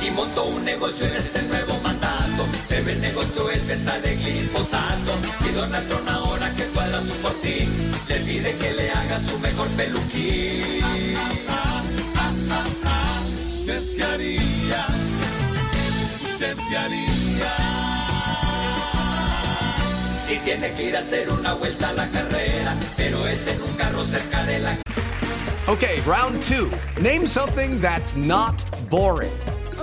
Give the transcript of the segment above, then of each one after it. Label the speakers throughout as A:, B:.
A: Si montó un negocio en este nuevo mandato, debe el negocio es venta de glifosato. Si Donald Trump ahora que cuadra su botín, le pide que le haga su mejor peluquín. ¿Usted qué haría? ¿Usted qué haría? Si tiene que ir a hacer una vuelta a la carrera, pero es en un carro cerca de la
B: Okay, round two. Name something that's not boring.
C: A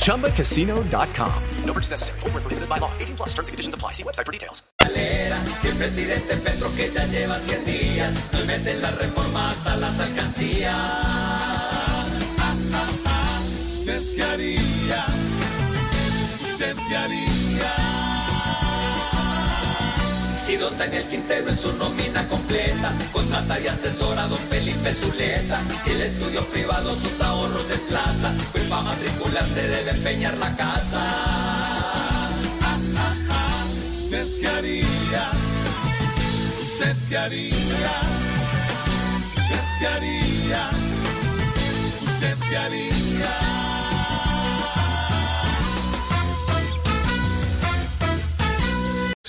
B: ChumbaCasino.com. No purchase necessary. Void where prohibited by law. 18 plus terms and conditions apply. See website for details.
A: Si el presidente Petro que ya lleva 100 días, no meten la reforma hasta las alcancías. Ah, ah, ah. ¿Usted qué haría? ¿Usted qué haría? Si don Daniel Quintero en su nómina completa, contrata y asesora a don Felipe Zuleta. Si el estudio privado sus ahorros de plata, pues para matricularse debe empeñar la casa. ¿Usted qué haría? ¿Usted qué haría? ¿Usted qué haría? ¿Usted qué haría?